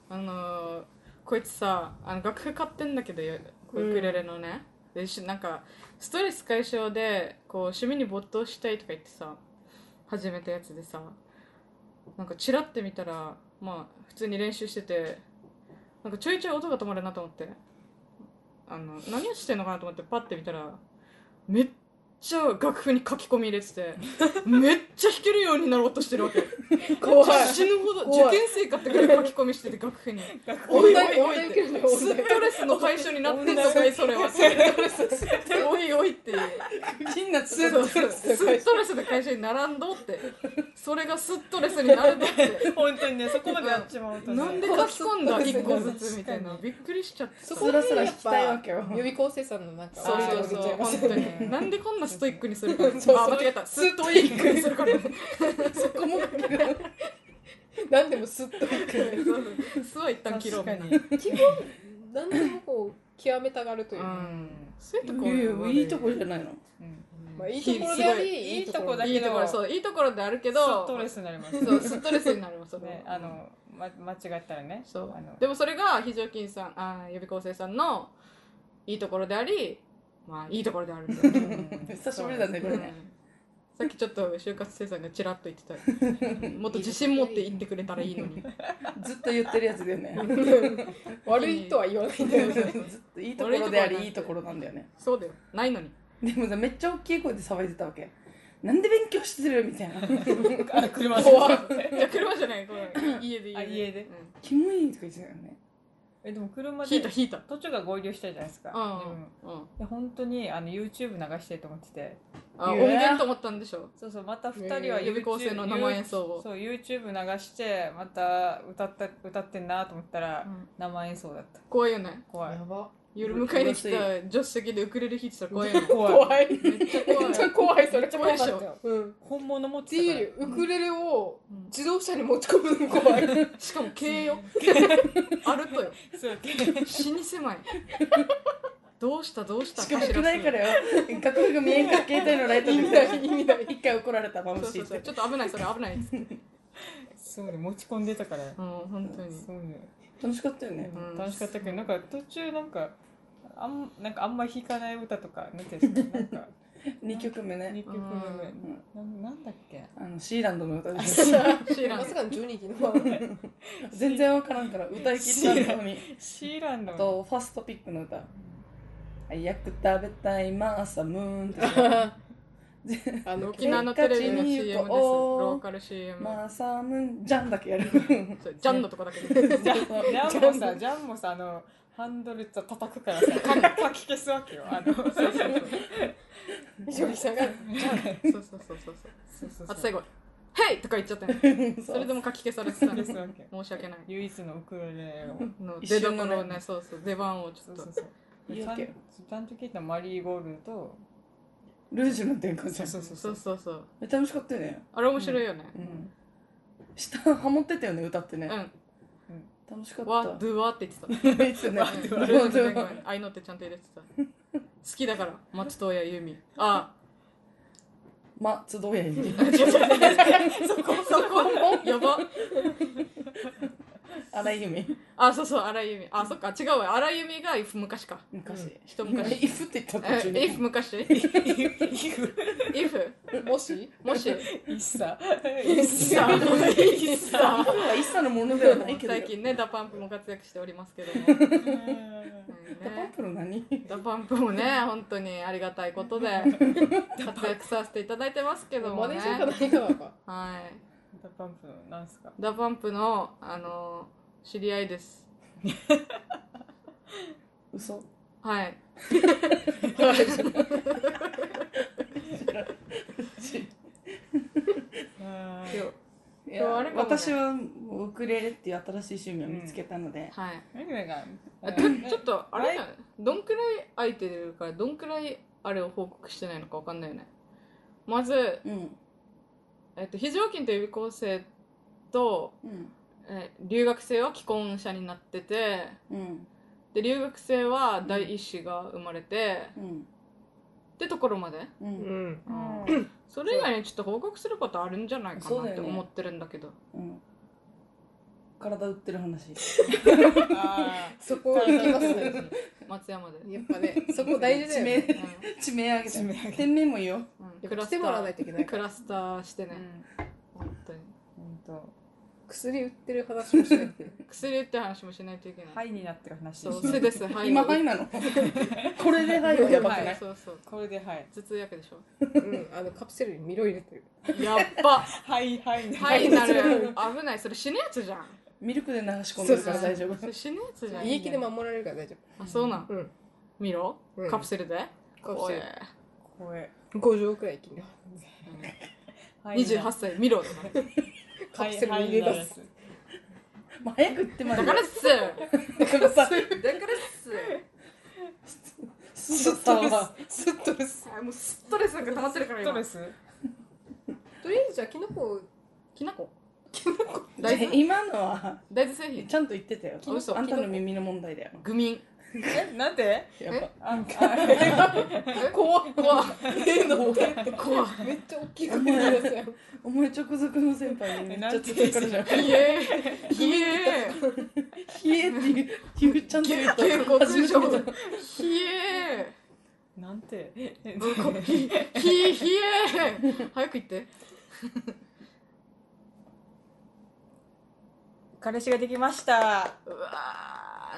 [SPEAKER 1] あのーこいつさあの楽譜買ってんだけどよ
[SPEAKER 3] うん
[SPEAKER 1] ウクレレのね、でしなんかストレス解消でこう趣味に没頭したいとか言ってさ始めたやつでさなんかチラって見たらまあ普通に練習しててなんかちょいちょい音が止まるなと思ってあの何をしてんのかなと思ってパッて見たらめっちゃ楽譜に書き込み入れててめっちゃ弾けるようになろうとしてるわけ
[SPEAKER 3] 怖い
[SPEAKER 1] 死ぬほど
[SPEAKER 3] 怖
[SPEAKER 1] 受
[SPEAKER 3] い
[SPEAKER 1] 験生かってぐらい書き込みしてて楽譜 に
[SPEAKER 3] 音
[SPEAKER 1] い
[SPEAKER 3] 大
[SPEAKER 1] お
[SPEAKER 3] 音
[SPEAKER 1] い
[SPEAKER 3] 大
[SPEAKER 1] おい
[SPEAKER 3] 受けるね
[SPEAKER 1] ス
[SPEAKER 3] 音
[SPEAKER 1] ットレスの解消になってんのかいそ れはおいおいっていう
[SPEAKER 4] みんな
[SPEAKER 1] スットレスで解消に並んどってそれがスットレスになるだ って
[SPEAKER 2] 本当にねそこまでやっちまうとね
[SPEAKER 1] なんで書き込んだ一個ずつみたいなびっくりしちゃってさ
[SPEAKER 3] そ
[SPEAKER 1] そ
[SPEAKER 3] こ
[SPEAKER 1] う
[SPEAKER 4] スラスラ弾きたいわけよ
[SPEAKER 3] 予備校生さんのなんか
[SPEAKER 1] そう
[SPEAKER 3] あ
[SPEAKER 1] そう
[SPEAKER 3] ー言っちゃいます
[SPEAKER 1] 本当になんでこんなストイックにす るか
[SPEAKER 3] そう
[SPEAKER 1] あ間違えたストイックにするから
[SPEAKER 3] そこも何でもスッといく
[SPEAKER 1] スは一旦切ろう
[SPEAKER 2] 確かに
[SPEAKER 3] 基本何でもこう極めたがるという
[SPEAKER 1] う
[SPEAKER 3] か、
[SPEAKER 1] んそういうとこ
[SPEAKER 4] いやいやいいとこじゃないの
[SPEAKER 2] うん
[SPEAKER 3] まあ、いいところであり
[SPEAKER 2] いいところだ
[SPEAKER 1] いい
[SPEAKER 2] け
[SPEAKER 1] ところそ
[SPEAKER 2] ど
[SPEAKER 1] ういいところであるけ
[SPEAKER 2] ス
[SPEAKER 1] ど
[SPEAKER 2] トレスになります
[SPEAKER 1] そうストレスになりますそれは
[SPEAKER 2] ねあのま間違ったらね
[SPEAKER 1] そう
[SPEAKER 2] あの
[SPEAKER 1] でもそれが非常勤さんあー予備校生さんのいいところでありまあいいところである んだよね
[SPEAKER 2] うん
[SPEAKER 4] 久しぶりだねこ
[SPEAKER 1] う
[SPEAKER 4] れ
[SPEAKER 1] ん
[SPEAKER 4] ね
[SPEAKER 1] さっきちょっと就活生さんがちらっと言って たもっと自信持って言ってくれたらいい のに
[SPEAKER 4] ずっと言ってるやつだよね
[SPEAKER 3] 悪いとは言わないんだよね
[SPEAKER 4] ずっといいところでありいいところなんだよね
[SPEAKER 1] そうだよないのに
[SPEAKER 4] でもさめっちゃ大きい声で騒いでたわけなんで勉強してるみたいな
[SPEAKER 2] あ車で
[SPEAKER 1] 怖いいや車じゃないこれ家で
[SPEAKER 2] あ家
[SPEAKER 1] う
[SPEAKER 2] で
[SPEAKER 1] ん
[SPEAKER 4] キモいとか言ってたよね
[SPEAKER 2] えでも車
[SPEAKER 1] 引いた
[SPEAKER 2] で
[SPEAKER 1] 引いた
[SPEAKER 2] 途中が合流したじゃないですか
[SPEAKER 1] うん
[SPEAKER 2] でも
[SPEAKER 1] うんうん
[SPEAKER 2] いや本当にあの YouTube 流してと思ってて
[SPEAKER 1] あ
[SPEAKER 4] い
[SPEAKER 1] 音
[SPEAKER 4] や
[SPEAKER 1] 源と思ったんでしょ
[SPEAKER 2] そうそうまた2人
[SPEAKER 1] え
[SPEAKER 2] は
[SPEAKER 1] ー予備校生の生演奏を
[SPEAKER 2] YouTube そう YouTube 流してまた歌った歌ってんなと思ったら、
[SPEAKER 1] うん
[SPEAKER 2] 生演奏だった
[SPEAKER 1] 怖いよね
[SPEAKER 2] 怖い
[SPEAKER 3] ば
[SPEAKER 1] 夜迎えに来た助手席でウクレレ弾いてたら怖いよね
[SPEAKER 2] 怖い
[SPEAKER 3] 怖い
[SPEAKER 1] めっちゃ怖
[SPEAKER 3] め
[SPEAKER 1] い
[SPEAKER 3] っちゃ怖いそれ
[SPEAKER 1] めっちゃ怖いでしょ
[SPEAKER 3] うん、っ
[SPEAKER 2] 本物持ってて
[SPEAKER 3] いう
[SPEAKER 2] たか
[SPEAKER 3] よりウクレレを
[SPEAKER 1] うん
[SPEAKER 3] 自動車に持ち込むのも怖い
[SPEAKER 1] しかも経営よあるとよ
[SPEAKER 2] らそう
[SPEAKER 1] 死に狭いどうしたどうした
[SPEAKER 4] しかも
[SPEAKER 1] パシラ
[SPEAKER 4] 暗い
[SPEAKER 1] ス
[SPEAKER 4] からよ楽譜が見えんから携帯のライトで
[SPEAKER 3] 意味ない意味ない
[SPEAKER 4] 一回怒られたマム
[SPEAKER 1] そうそ
[SPEAKER 4] シ
[SPEAKER 1] う
[SPEAKER 4] ーっ
[SPEAKER 1] そう
[SPEAKER 4] て
[SPEAKER 1] ちょっと危ないそれ危ないっつって
[SPEAKER 2] そうね持ち込んでたから
[SPEAKER 1] うん本当に
[SPEAKER 2] そうね
[SPEAKER 4] 楽しかったよね
[SPEAKER 1] うん
[SPEAKER 2] 楽しかったけどなんか途中なんかあんなんかあんま弾かない歌とかなんていうんですかなんか
[SPEAKER 4] 2曲目ね
[SPEAKER 2] 二曲目
[SPEAKER 4] ん
[SPEAKER 2] なんなんだっけ
[SPEAKER 4] あのシーランドの歌で
[SPEAKER 1] シ
[SPEAKER 4] す
[SPEAKER 1] ーランシーラ
[SPEAKER 3] ま
[SPEAKER 1] ン
[SPEAKER 3] さかの12期の
[SPEAKER 4] 全然わからんから歌い切ったのに
[SPEAKER 2] シーラン
[SPEAKER 4] あ
[SPEAKER 2] の
[SPEAKER 4] とファストピックの歌「早く食べたいマーサムーン」って
[SPEAKER 3] あの
[SPEAKER 1] 沖縄のテレビの CM ですローカル
[SPEAKER 4] 「
[SPEAKER 1] CM
[SPEAKER 4] マーサムーンじゃん」だけやる
[SPEAKER 1] そうジャンのとこだけで
[SPEAKER 2] ジャンジャンもさジャンもさあのハンドルさ叩くからさか かき消すわけよあのそうそうそう
[SPEAKER 3] みじょりさ んが
[SPEAKER 1] そうそうそうそうそう
[SPEAKER 2] そうそ
[SPEAKER 1] あ
[SPEAKER 2] うそう
[SPEAKER 1] と最後「ヘイ!」とか言っちゃったよそれで
[SPEAKER 4] も
[SPEAKER 1] も書き消されてた
[SPEAKER 2] 消
[SPEAKER 1] ね
[SPEAKER 2] すわけ
[SPEAKER 1] 申
[SPEAKER 2] よ
[SPEAKER 1] し訳ない
[SPEAKER 2] 唯一のウクレレを
[SPEAKER 1] の
[SPEAKER 4] 一
[SPEAKER 1] 出ど
[SPEAKER 4] 瞬
[SPEAKER 1] こ
[SPEAKER 4] のね
[SPEAKER 1] ろをねそうそう出番をち
[SPEAKER 2] そ
[SPEAKER 1] ょっ
[SPEAKER 2] う
[SPEAKER 1] と
[SPEAKER 2] そうそう
[SPEAKER 4] いい
[SPEAKER 2] ちゃ
[SPEAKER 4] わ
[SPEAKER 2] ん
[SPEAKER 4] けよ
[SPEAKER 2] ちゃんと聞いたマリーゴールドと
[SPEAKER 4] ルージュの転換じゃん
[SPEAKER 2] そうそうそ
[SPEAKER 1] そううそうそう
[SPEAKER 4] え楽しかったよね
[SPEAKER 1] あれ面白いよね
[SPEAKER 4] うん下ハモってたよね歌って
[SPEAKER 1] う
[SPEAKER 4] ね
[SPEAKER 1] ん
[SPEAKER 4] 楽し
[SPEAKER 1] 「
[SPEAKER 4] かっ
[SPEAKER 1] わ
[SPEAKER 4] た
[SPEAKER 1] ドゥワ」って言ってた
[SPEAKER 4] いいっすよね
[SPEAKER 1] うんごめんごめんごめん愛のってちゃんと入れてた好きだから松任谷由実あ
[SPEAKER 4] まつどやゆり
[SPEAKER 1] あ違う違う違うそこそこやば
[SPEAKER 4] 荒井由実
[SPEAKER 1] あそうそう荒井由実あそっか違うわ荒井由実が if 昔か
[SPEAKER 4] 昔
[SPEAKER 1] 一
[SPEAKER 4] 今
[SPEAKER 1] 昔
[SPEAKER 4] if って言った途中
[SPEAKER 1] え if
[SPEAKER 4] に
[SPEAKER 1] 昔 if
[SPEAKER 3] もし
[SPEAKER 1] もし
[SPEAKER 2] 一茶
[SPEAKER 1] ささ
[SPEAKER 4] 一切のものではないけど
[SPEAKER 1] 最
[SPEAKER 4] よ
[SPEAKER 1] 近ねダパンプも活躍しておりますけども、
[SPEAKER 4] ダパンプの何
[SPEAKER 1] ダパンプもね本当にありがたいことで活躍させていただいてますけども
[SPEAKER 3] マネ
[SPEAKER 1] ね
[SPEAKER 3] ージャーか何かなのか
[SPEAKER 1] はい
[SPEAKER 2] ダパンプのなんすか
[SPEAKER 1] ダパンプのあの知り合いです
[SPEAKER 4] 嘘
[SPEAKER 1] はい今日あれ
[SPEAKER 2] 今
[SPEAKER 4] いや
[SPEAKER 1] かもね
[SPEAKER 4] 私はウクレレっていう新しい趣味を見つけたので
[SPEAKER 1] はい
[SPEAKER 2] メグメが
[SPEAKER 1] あちょちょっとあれだよねどんくらい空いてるからどんくらいあれを報告してないのかわかんないよねまず、
[SPEAKER 4] うん
[SPEAKER 1] えっと、非常勤と予備校生と、
[SPEAKER 4] うん
[SPEAKER 1] え留学生は既婚者になってて
[SPEAKER 4] うん
[SPEAKER 1] で留学生は第一子が生まれて、
[SPEAKER 4] うん
[SPEAKER 1] ってところまで
[SPEAKER 4] う
[SPEAKER 3] うんん
[SPEAKER 2] うん
[SPEAKER 1] それ以外にちょっと報告することあるんじゃないか
[SPEAKER 4] そう
[SPEAKER 1] なっ
[SPEAKER 4] だよ
[SPEAKER 1] て
[SPEAKER 4] ね
[SPEAKER 1] 思ってるんだけど
[SPEAKER 4] うん体売ってる話
[SPEAKER 2] あ
[SPEAKER 3] そこ行きますね
[SPEAKER 1] 松山で、
[SPEAKER 3] やっぱねそこ大事だよね
[SPEAKER 1] う
[SPEAKER 4] 地
[SPEAKER 1] ん
[SPEAKER 4] 名地名
[SPEAKER 2] 地名あ
[SPEAKER 4] あ げて
[SPEAKER 2] げて
[SPEAKER 4] 店名もいいよ
[SPEAKER 1] うん
[SPEAKER 3] やっ
[SPEAKER 1] ク
[SPEAKER 3] ぱ
[SPEAKER 1] ラ
[SPEAKER 3] 来
[SPEAKER 1] スタ
[SPEAKER 3] てもらわない
[SPEAKER 1] ー
[SPEAKER 3] といけないか
[SPEAKER 1] ク
[SPEAKER 3] ら
[SPEAKER 1] ラスターして
[SPEAKER 2] ーう
[SPEAKER 1] ね、
[SPEAKER 2] ん
[SPEAKER 1] 本当に
[SPEAKER 2] ほんと
[SPEAKER 3] 薬売ってる話もしないとね
[SPEAKER 1] 薬って話もしないといけない、
[SPEAKER 2] ハイになってる話
[SPEAKER 1] そう背です肺
[SPEAKER 4] 今はいなのこれではいはやばくない
[SPEAKER 1] そうそう
[SPEAKER 2] これではい
[SPEAKER 1] 頭痛薬でしょ
[SPEAKER 3] うんあのカプセルにミロ入れてる
[SPEAKER 1] やっば
[SPEAKER 2] はいはい
[SPEAKER 1] 肺になる危ないそれ死ぬやつじゃん
[SPEAKER 4] ミルクで流し込んでるから
[SPEAKER 1] そう
[SPEAKER 4] 大丈夫
[SPEAKER 1] それ死ぬやつじゃん
[SPEAKER 3] 胃液で守られるから大丈
[SPEAKER 1] あそうなん
[SPEAKER 3] 夫うん
[SPEAKER 1] 見ろ
[SPEAKER 3] うん
[SPEAKER 1] カプセルで
[SPEAKER 3] カプセル
[SPEAKER 1] 怖え
[SPEAKER 2] 声
[SPEAKER 3] 五錠くらい切る
[SPEAKER 1] 28歳見ろとか
[SPEAKER 3] カプセルに入れ出す
[SPEAKER 4] まあ早く言ってま
[SPEAKER 1] だ
[SPEAKER 4] で
[SPEAKER 1] からっすだか
[SPEAKER 4] だからさ
[SPEAKER 1] らっす
[SPEAKER 4] すっとさ
[SPEAKER 3] スッとです
[SPEAKER 1] あもうストレスなんか溜まってるから
[SPEAKER 2] スト
[SPEAKER 1] 今
[SPEAKER 2] レス
[SPEAKER 3] とりあえずじゃあキノコ
[SPEAKER 1] きなこ
[SPEAKER 4] 大
[SPEAKER 1] 大
[SPEAKER 4] 丈夫
[SPEAKER 1] 豆
[SPEAKER 4] 今のは
[SPEAKER 1] 大豆製品
[SPEAKER 4] ちゃんと言ってたよ
[SPEAKER 1] 嘘
[SPEAKER 4] あんたの耳の問題だよ
[SPEAKER 1] グミン
[SPEAKER 2] えなんて
[SPEAKER 4] やっぱ
[SPEAKER 2] あんあ
[SPEAKER 1] 怖っ怖っ
[SPEAKER 3] えの
[SPEAKER 1] 怖っ
[SPEAKER 3] めっちゃ大きい声出すよ
[SPEAKER 4] お前直属の先輩 にめっちゃ続くるじゃん
[SPEAKER 1] ひえーひえー
[SPEAKER 4] 冷えっていう言うちゃんと言うと
[SPEAKER 1] 結構
[SPEAKER 4] 初め
[SPEAKER 1] 苦
[SPEAKER 4] て見
[SPEAKER 1] 情
[SPEAKER 4] た
[SPEAKER 1] ひえー
[SPEAKER 2] なんて
[SPEAKER 1] ひひえ早く言って
[SPEAKER 2] 彼氏ができました
[SPEAKER 1] うわ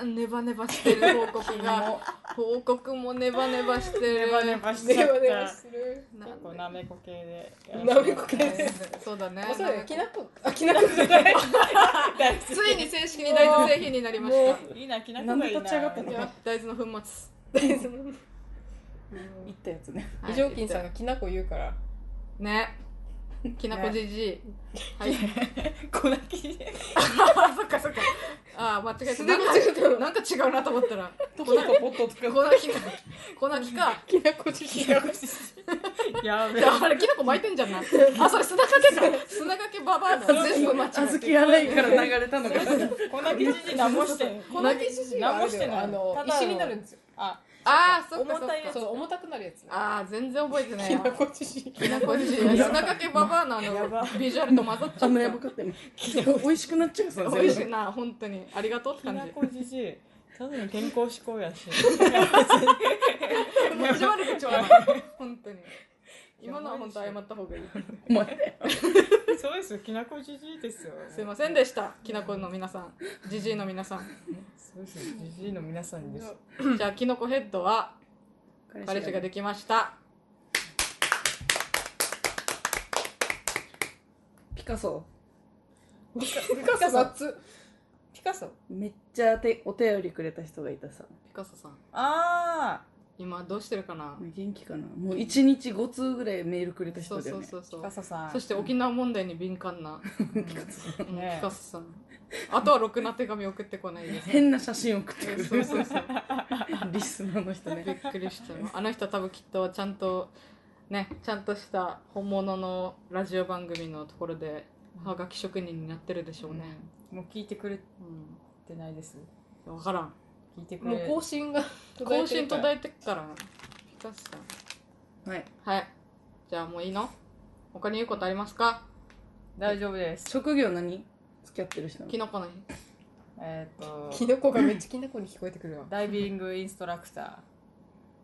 [SPEAKER 1] ーネバネバしてる報告が報告もネバネバしてる
[SPEAKER 2] ネバネバし
[SPEAKER 3] で
[SPEAKER 2] ちゃっ
[SPEAKER 3] もでも
[SPEAKER 2] た
[SPEAKER 3] する
[SPEAKER 1] なん
[SPEAKER 2] 結
[SPEAKER 1] で
[SPEAKER 2] 構なめこ系で
[SPEAKER 3] なめこ系で
[SPEAKER 1] そうだね
[SPEAKER 3] あそうだねキノコあキノコじゃない
[SPEAKER 2] 大
[SPEAKER 1] ついに正式に大豆製品になりまし
[SPEAKER 2] 好きいいなきなこ
[SPEAKER 4] な
[SPEAKER 2] が
[SPEAKER 4] ん
[SPEAKER 2] い
[SPEAKER 4] で
[SPEAKER 2] いな
[SPEAKER 4] 立ち上がった
[SPEAKER 1] た
[SPEAKER 4] の
[SPEAKER 1] いや大豆の粉末
[SPEAKER 4] 言ったやつね
[SPEAKER 1] はい
[SPEAKER 3] 異常勤さんがきなこ言うから
[SPEAKER 1] ねきなこじじいはい
[SPEAKER 2] こなきで
[SPEAKER 1] あ そっかそっかあ間違えた
[SPEAKER 3] 素
[SPEAKER 1] な
[SPEAKER 3] で間
[SPEAKER 1] んか
[SPEAKER 3] 違えたの
[SPEAKER 1] なんか違うなと思ったら
[SPEAKER 4] トポットポットとか
[SPEAKER 1] 粉きか粉きか
[SPEAKER 3] きなこじじい
[SPEAKER 2] きなこじじや
[SPEAKER 1] い
[SPEAKER 2] べえ
[SPEAKER 1] やあれキノコ巻いてんじゃんなあそれ砂かけか砂かけババアだ全部間違
[SPEAKER 4] 小
[SPEAKER 1] えて
[SPEAKER 4] 豆洗いから流れたのかな
[SPEAKER 2] こんな記事に何も してん
[SPEAKER 3] この記事があれ
[SPEAKER 2] 何も
[SPEAKER 3] だよあ
[SPEAKER 2] して
[SPEAKER 3] の
[SPEAKER 2] ない
[SPEAKER 3] 石になるんですよ
[SPEAKER 2] あ
[SPEAKER 1] ああそっか
[SPEAKER 2] 重
[SPEAKER 1] そった
[SPEAKER 2] いや
[SPEAKER 1] か
[SPEAKER 2] つ
[SPEAKER 3] そう重たくなるやつ
[SPEAKER 1] ああ全然覚えてない
[SPEAKER 3] き
[SPEAKER 1] や
[SPEAKER 3] なこ知識
[SPEAKER 1] きなこじ砂かけババアのあ
[SPEAKER 2] やば
[SPEAKER 1] のビジュアルと混ざっちゃ
[SPEAKER 4] あ
[SPEAKER 1] っ
[SPEAKER 4] のやばかったよ 美味しくなっちゃうさ
[SPEAKER 1] た美味しいな本当にありがとうって
[SPEAKER 2] き
[SPEAKER 1] 感
[SPEAKER 2] な
[SPEAKER 1] じ
[SPEAKER 2] こじじいただの健康志向やし
[SPEAKER 1] 持ち悪口は本当に今のは本当謝った方がいい
[SPEAKER 4] お前だよ
[SPEAKER 2] そうですよきなこじじいですよ
[SPEAKER 1] すいませんでしたきなこの皆さんじじいの皆さ ん
[SPEAKER 2] そうですよじじいの皆さんです
[SPEAKER 1] じゃあきのこヘッドは彼氏ができました
[SPEAKER 4] ピカソ
[SPEAKER 3] ピカソ雑
[SPEAKER 2] ピカソ
[SPEAKER 4] めっちゃてお便りくれた人がいたさ
[SPEAKER 1] ピカソさん
[SPEAKER 2] あ
[SPEAKER 1] 今どうしてるかな
[SPEAKER 4] 元気かなもう1日5通ぐらいメールくれた
[SPEAKER 1] そ
[SPEAKER 4] 人
[SPEAKER 1] う
[SPEAKER 4] だ
[SPEAKER 1] そ
[SPEAKER 4] よ
[SPEAKER 1] う
[SPEAKER 4] ね
[SPEAKER 1] そうそ
[SPEAKER 2] あ
[SPEAKER 1] う
[SPEAKER 2] ピカソさん
[SPEAKER 1] そして沖縄問題に敏感な、
[SPEAKER 2] うん
[SPEAKER 1] うん
[SPEAKER 2] ね
[SPEAKER 1] ピカソさんあとはろくな手紙送ってこないです
[SPEAKER 4] 変な写真送ってく
[SPEAKER 1] そう
[SPEAKER 4] る
[SPEAKER 1] そうそう
[SPEAKER 4] リスナーの人
[SPEAKER 1] び
[SPEAKER 4] ね
[SPEAKER 1] っくりしたよあの人多分きっとちゃんとねちゃんとした本物のラジオ番組のところではがき職人になってるでしょうね、
[SPEAKER 2] もう聞いてくれ
[SPEAKER 1] うん
[SPEAKER 2] てないです
[SPEAKER 1] 分からん
[SPEAKER 2] 聞いてく
[SPEAKER 3] も
[SPEAKER 2] れ
[SPEAKER 3] う更新が途絶
[SPEAKER 1] 更新
[SPEAKER 3] えてる
[SPEAKER 1] 途
[SPEAKER 3] から
[SPEAKER 1] 絶えてっからピカソさん
[SPEAKER 4] はい
[SPEAKER 1] はいじゃあもういいの他に言うことありますか
[SPEAKER 2] 大丈夫です
[SPEAKER 4] 職業何付き合ってる人なの
[SPEAKER 1] キノコの
[SPEAKER 2] えっ と
[SPEAKER 3] キノコがめっちゃキノコに聞こえてくるわ
[SPEAKER 2] ダイビングインストラクタ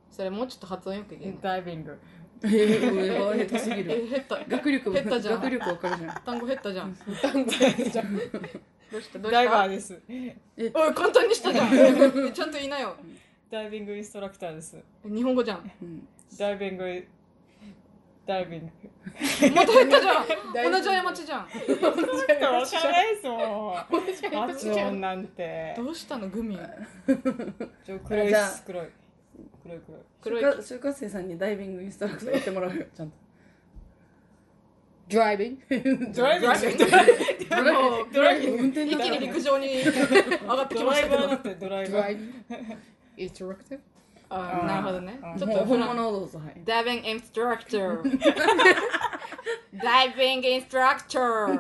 [SPEAKER 1] それもうちょっと発音よく言え
[SPEAKER 2] ー
[SPEAKER 1] ない
[SPEAKER 2] ダイビン グ
[SPEAKER 4] えーやばい下手すぎる
[SPEAKER 1] え減った
[SPEAKER 4] 学力
[SPEAKER 1] 下手じゃん
[SPEAKER 4] 学力わかるじゃん
[SPEAKER 1] 単語減ったじゃん
[SPEAKER 3] 団子じゃん
[SPEAKER 1] どうしたどう
[SPEAKER 2] ダイ
[SPEAKER 1] し
[SPEAKER 2] バー
[SPEAKER 1] た
[SPEAKER 2] です
[SPEAKER 1] おい簡単にしたじゃんちゃんと言いなよ
[SPEAKER 2] ダイビングインストラクターです
[SPEAKER 1] 日本語じゃんも
[SPEAKER 4] うん
[SPEAKER 2] ダイビングダイビング
[SPEAKER 1] っと減ったじゃ
[SPEAKER 3] 大丈
[SPEAKER 1] ん同
[SPEAKER 3] 夫
[SPEAKER 1] じ過ちじゃん
[SPEAKER 2] ちょっとわからないですもん
[SPEAKER 3] ち
[SPEAKER 2] 発
[SPEAKER 3] っちゃ
[SPEAKER 2] 音
[SPEAKER 3] い
[SPEAKER 2] なんて
[SPEAKER 1] どうしたのグミ
[SPEAKER 2] ちょ黒いっ
[SPEAKER 4] じゃあ
[SPEAKER 2] す黒い黒い黒
[SPEAKER 1] 黒
[SPEAKER 2] い
[SPEAKER 1] い
[SPEAKER 4] 就活就活生さんにダイビングインストラクターやってもらうよちゃんと
[SPEAKER 3] ドライビング
[SPEAKER 2] ドライビング
[SPEAKER 1] あの
[SPEAKER 2] ドライビング
[SPEAKER 4] 運転
[SPEAKER 1] 一気
[SPEAKER 4] だから
[SPEAKER 1] に
[SPEAKER 4] ね
[SPEAKER 1] 陸上に上がってき
[SPEAKER 2] ド
[SPEAKER 1] ま
[SPEAKER 2] ラ
[SPEAKER 1] し
[SPEAKER 2] イ
[SPEAKER 1] たけ
[SPEAKER 2] バーだ
[SPEAKER 1] ど
[SPEAKER 2] ってドライ
[SPEAKER 3] ド
[SPEAKER 2] バ
[SPEAKER 3] ラ
[SPEAKER 2] ー
[SPEAKER 3] イビングインストラクター
[SPEAKER 1] あーなるほどね
[SPEAKER 2] うん
[SPEAKER 1] ちょっ
[SPEAKER 4] も
[SPEAKER 1] と
[SPEAKER 4] う
[SPEAKER 1] フ
[SPEAKER 4] 本
[SPEAKER 1] ラン
[SPEAKER 4] 物をどうぞはい
[SPEAKER 1] Diving instructor. Diving instructor.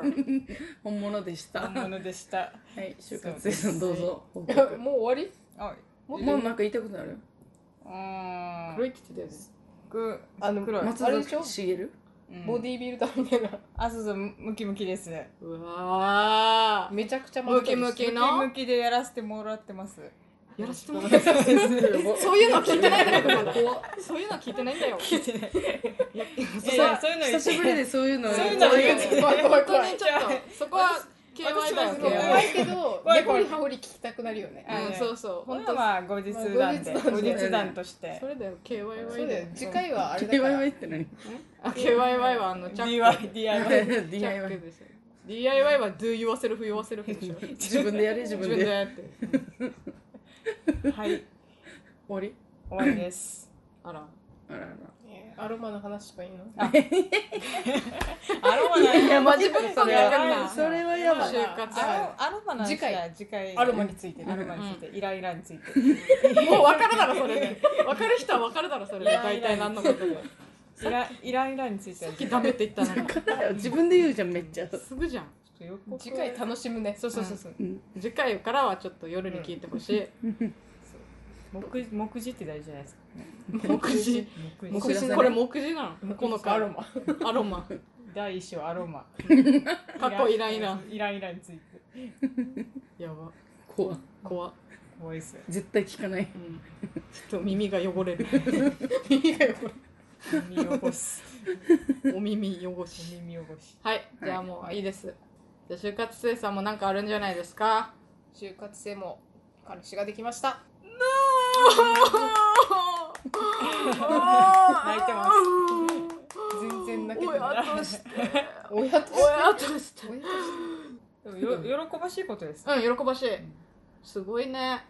[SPEAKER 4] 本物でした
[SPEAKER 2] 本
[SPEAKER 4] は
[SPEAKER 2] 物でした
[SPEAKER 4] い就活生さんどうぞ報
[SPEAKER 3] い
[SPEAKER 4] 告
[SPEAKER 3] や もう終わり
[SPEAKER 2] あ
[SPEAKER 4] もうなんか言いたいことある
[SPEAKER 2] うーん
[SPEAKER 1] 黒いって言ってたよね。
[SPEAKER 2] く
[SPEAKER 3] あの
[SPEAKER 2] 黒い
[SPEAKER 4] 松
[SPEAKER 3] あれでしょ
[SPEAKER 4] 崎しげる
[SPEAKER 2] うん
[SPEAKER 3] ボディービルダーみたいな
[SPEAKER 2] あそうそうムキムキですム
[SPEAKER 1] うわー。
[SPEAKER 3] めちゃくちゃ
[SPEAKER 1] ムキムキ
[SPEAKER 2] キ
[SPEAKER 1] の
[SPEAKER 2] ムキでやらせてもらってます
[SPEAKER 1] やらせてもらってそういうの聞いてないんだよ、ここそういうの聞いてないんだよ。聞いてない。
[SPEAKER 2] いやいやそういうの言
[SPEAKER 4] 久
[SPEAKER 2] って
[SPEAKER 4] しぶりでそういうの
[SPEAKER 2] そういうの言って
[SPEAKER 3] 怖い怖い
[SPEAKER 1] 本当
[SPEAKER 3] 怖
[SPEAKER 1] に
[SPEAKER 3] い
[SPEAKER 1] ちょっと、そこは KY だよ、
[SPEAKER 2] 私は
[SPEAKER 3] 怖
[SPEAKER 1] KY。
[SPEAKER 3] いけど
[SPEAKER 2] 怖
[SPEAKER 3] 根
[SPEAKER 2] い
[SPEAKER 3] 掘
[SPEAKER 2] 怖い
[SPEAKER 3] り葉掘り聞きたくなるよね
[SPEAKER 2] あの
[SPEAKER 1] うん、
[SPEAKER 2] ね
[SPEAKER 1] そうそう。
[SPEAKER 2] 本
[SPEAKER 1] 本
[SPEAKER 2] 当
[SPEAKER 1] 当
[SPEAKER 2] まあ後日談で
[SPEAKER 3] まあ
[SPEAKER 2] 後
[SPEAKER 3] 後日談
[SPEAKER 2] 日
[SPEAKER 3] で
[SPEAKER 2] 談として
[SPEAKER 1] それだよ、
[SPEAKER 3] そう
[SPEAKER 1] KYY
[SPEAKER 3] だ
[SPEAKER 1] だ
[SPEAKER 3] よ
[SPEAKER 1] よ。
[SPEAKER 3] 次回はあれだから
[SPEAKER 4] DIY って何
[SPEAKER 1] あ KYY はあの、チャック。
[SPEAKER 2] DIY
[SPEAKER 1] チャック
[SPEAKER 4] DIY
[SPEAKER 1] ですよ。DIY は Do yourself, yourself でしょ。
[SPEAKER 4] 自分でやれ自
[SPEAKER 1] 自
[SPEAKER 4] 分
[SPEAKER 1] 分で
[SPEAKER 4] で
[SPEAKER 1] やって。
[SPEAKER 2] はい
[SPEAKER 4] 終わり
[SPEAKER 2] 終わりです
[SPEAKER 1] あら。
[SPEAKER 4] あらあら
[SPEAKER 3] ねアロマの話とかいいの
[SPEAKER 2] アロマない
[SPEAKER 1] や、マジぶっこんでやるな。
[SPEAKER 4] それはやばい
[SPEAKER 1] 就活
[SPEAKER 2] アロアロマの話
[SPEAKER 3] 次回
[SPEAKER 2] は次回
[SPEAKER 3] アロマについて
[SPEAKER 2] アロ
[SPEAKER 3] ね
[SPEAKER 2] マについて、イライラについて
[SPEAKER 1] もう分かるだろそれで分かる人は分かるだろそれで大体何のことでさ
[SPEAKER 2] イライライラについては
[SPEAKER 1] っきダメって言ったのに
[SPEAKER 4] 自分で言うじゃんめっちゃ
[SPEAKER 1] すぐじゃん
[SPEAKER 3] 次回楽しむねそう
[SPEAKER 1] そうそうそう次回からはちょっと夜に聞いてほしい
[SPEAKER 2] 目次目次って大事じゃないですか
[SPEAKER 1] 目次
[SPEAKER 2] 目
[SPEAKER 4] 目
[SPEAKER 2] 次
[SPEAKER 4] 次
[SPEAKER 1] これ目次なのこの回
[SPEAKER 3] アロマ
[SPEAKER 1] アロマ
[SPEAKER 2] 第一章アロマ
[SPEAKER 1] かっこイライラ
[SPEAKER 2] イライラについて
[SPEAKER 1] やば
[SPEAKER 4] 怖
[SPEAKER 1] 怖っ
[SPEAKER 2] 怖いっすよ
[SPEAKER 4] 絶対聞か な
[SPEAKER 1] う
[SPEAKER 4] い
[SPEAKER 1] んちょっと耳が汚れる
[SPEAKER 3] 耳が汚れ
[SPEAKER 2] 耳汚す
[SPEAKER 1] お耳汚し
[SPEAKER 2] 耳汚し
[SPEAKER 1] はいじゃあもういいですじゃあ就活生さんもなんかあるんじゃないですか
[SPEAKER 3] 就活生も彼氏ができました
[SPEAKER 1] 泣
[SPEAKER 2] いてま
[SPEAKER 3] 全然泣け
[SPEAKER 1] お
[SPEAKER 3] てない
[SPEAKER 1] やとして
[SPEAKER 3] 親と
[SPEAKER 1] おやとして
[SPEAKER 3] 親と
[SPEAKER 2] でもよ喜ばしいことです
[SPEAKER 1] うん喜ばしいすごいね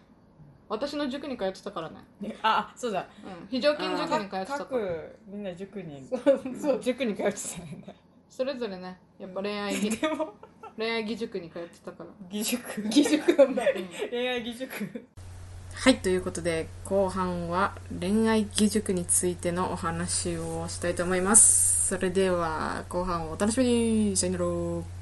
[SPEAKER 1] 私の塾に通ってたからね、
[SPEAKER 2] あそうだ
[SPEAKER 1] うん、非常勤塾に通ってたから
[SPEAKER 2] 各みんな塾に
[SPEAKER 3] してそう
[SPEAKER 2] 塾に通ってたんだ
[SPEAKER 1] それぞれねやっぱ恋愛義
[SPEAKER 2] でも
[SPEAKER 1] 恋愛義塾に通ってたから
[SPEAKER 2] 義塾
[SPEAKER 3] 義塾なんだ
[SPEAKER 2] 恋愛義塾
[SPEAKER 1] はい、ということで、後半は恋愛義塾についてのお話をしたいと思います。それでは、後半をお楽しみにさよなら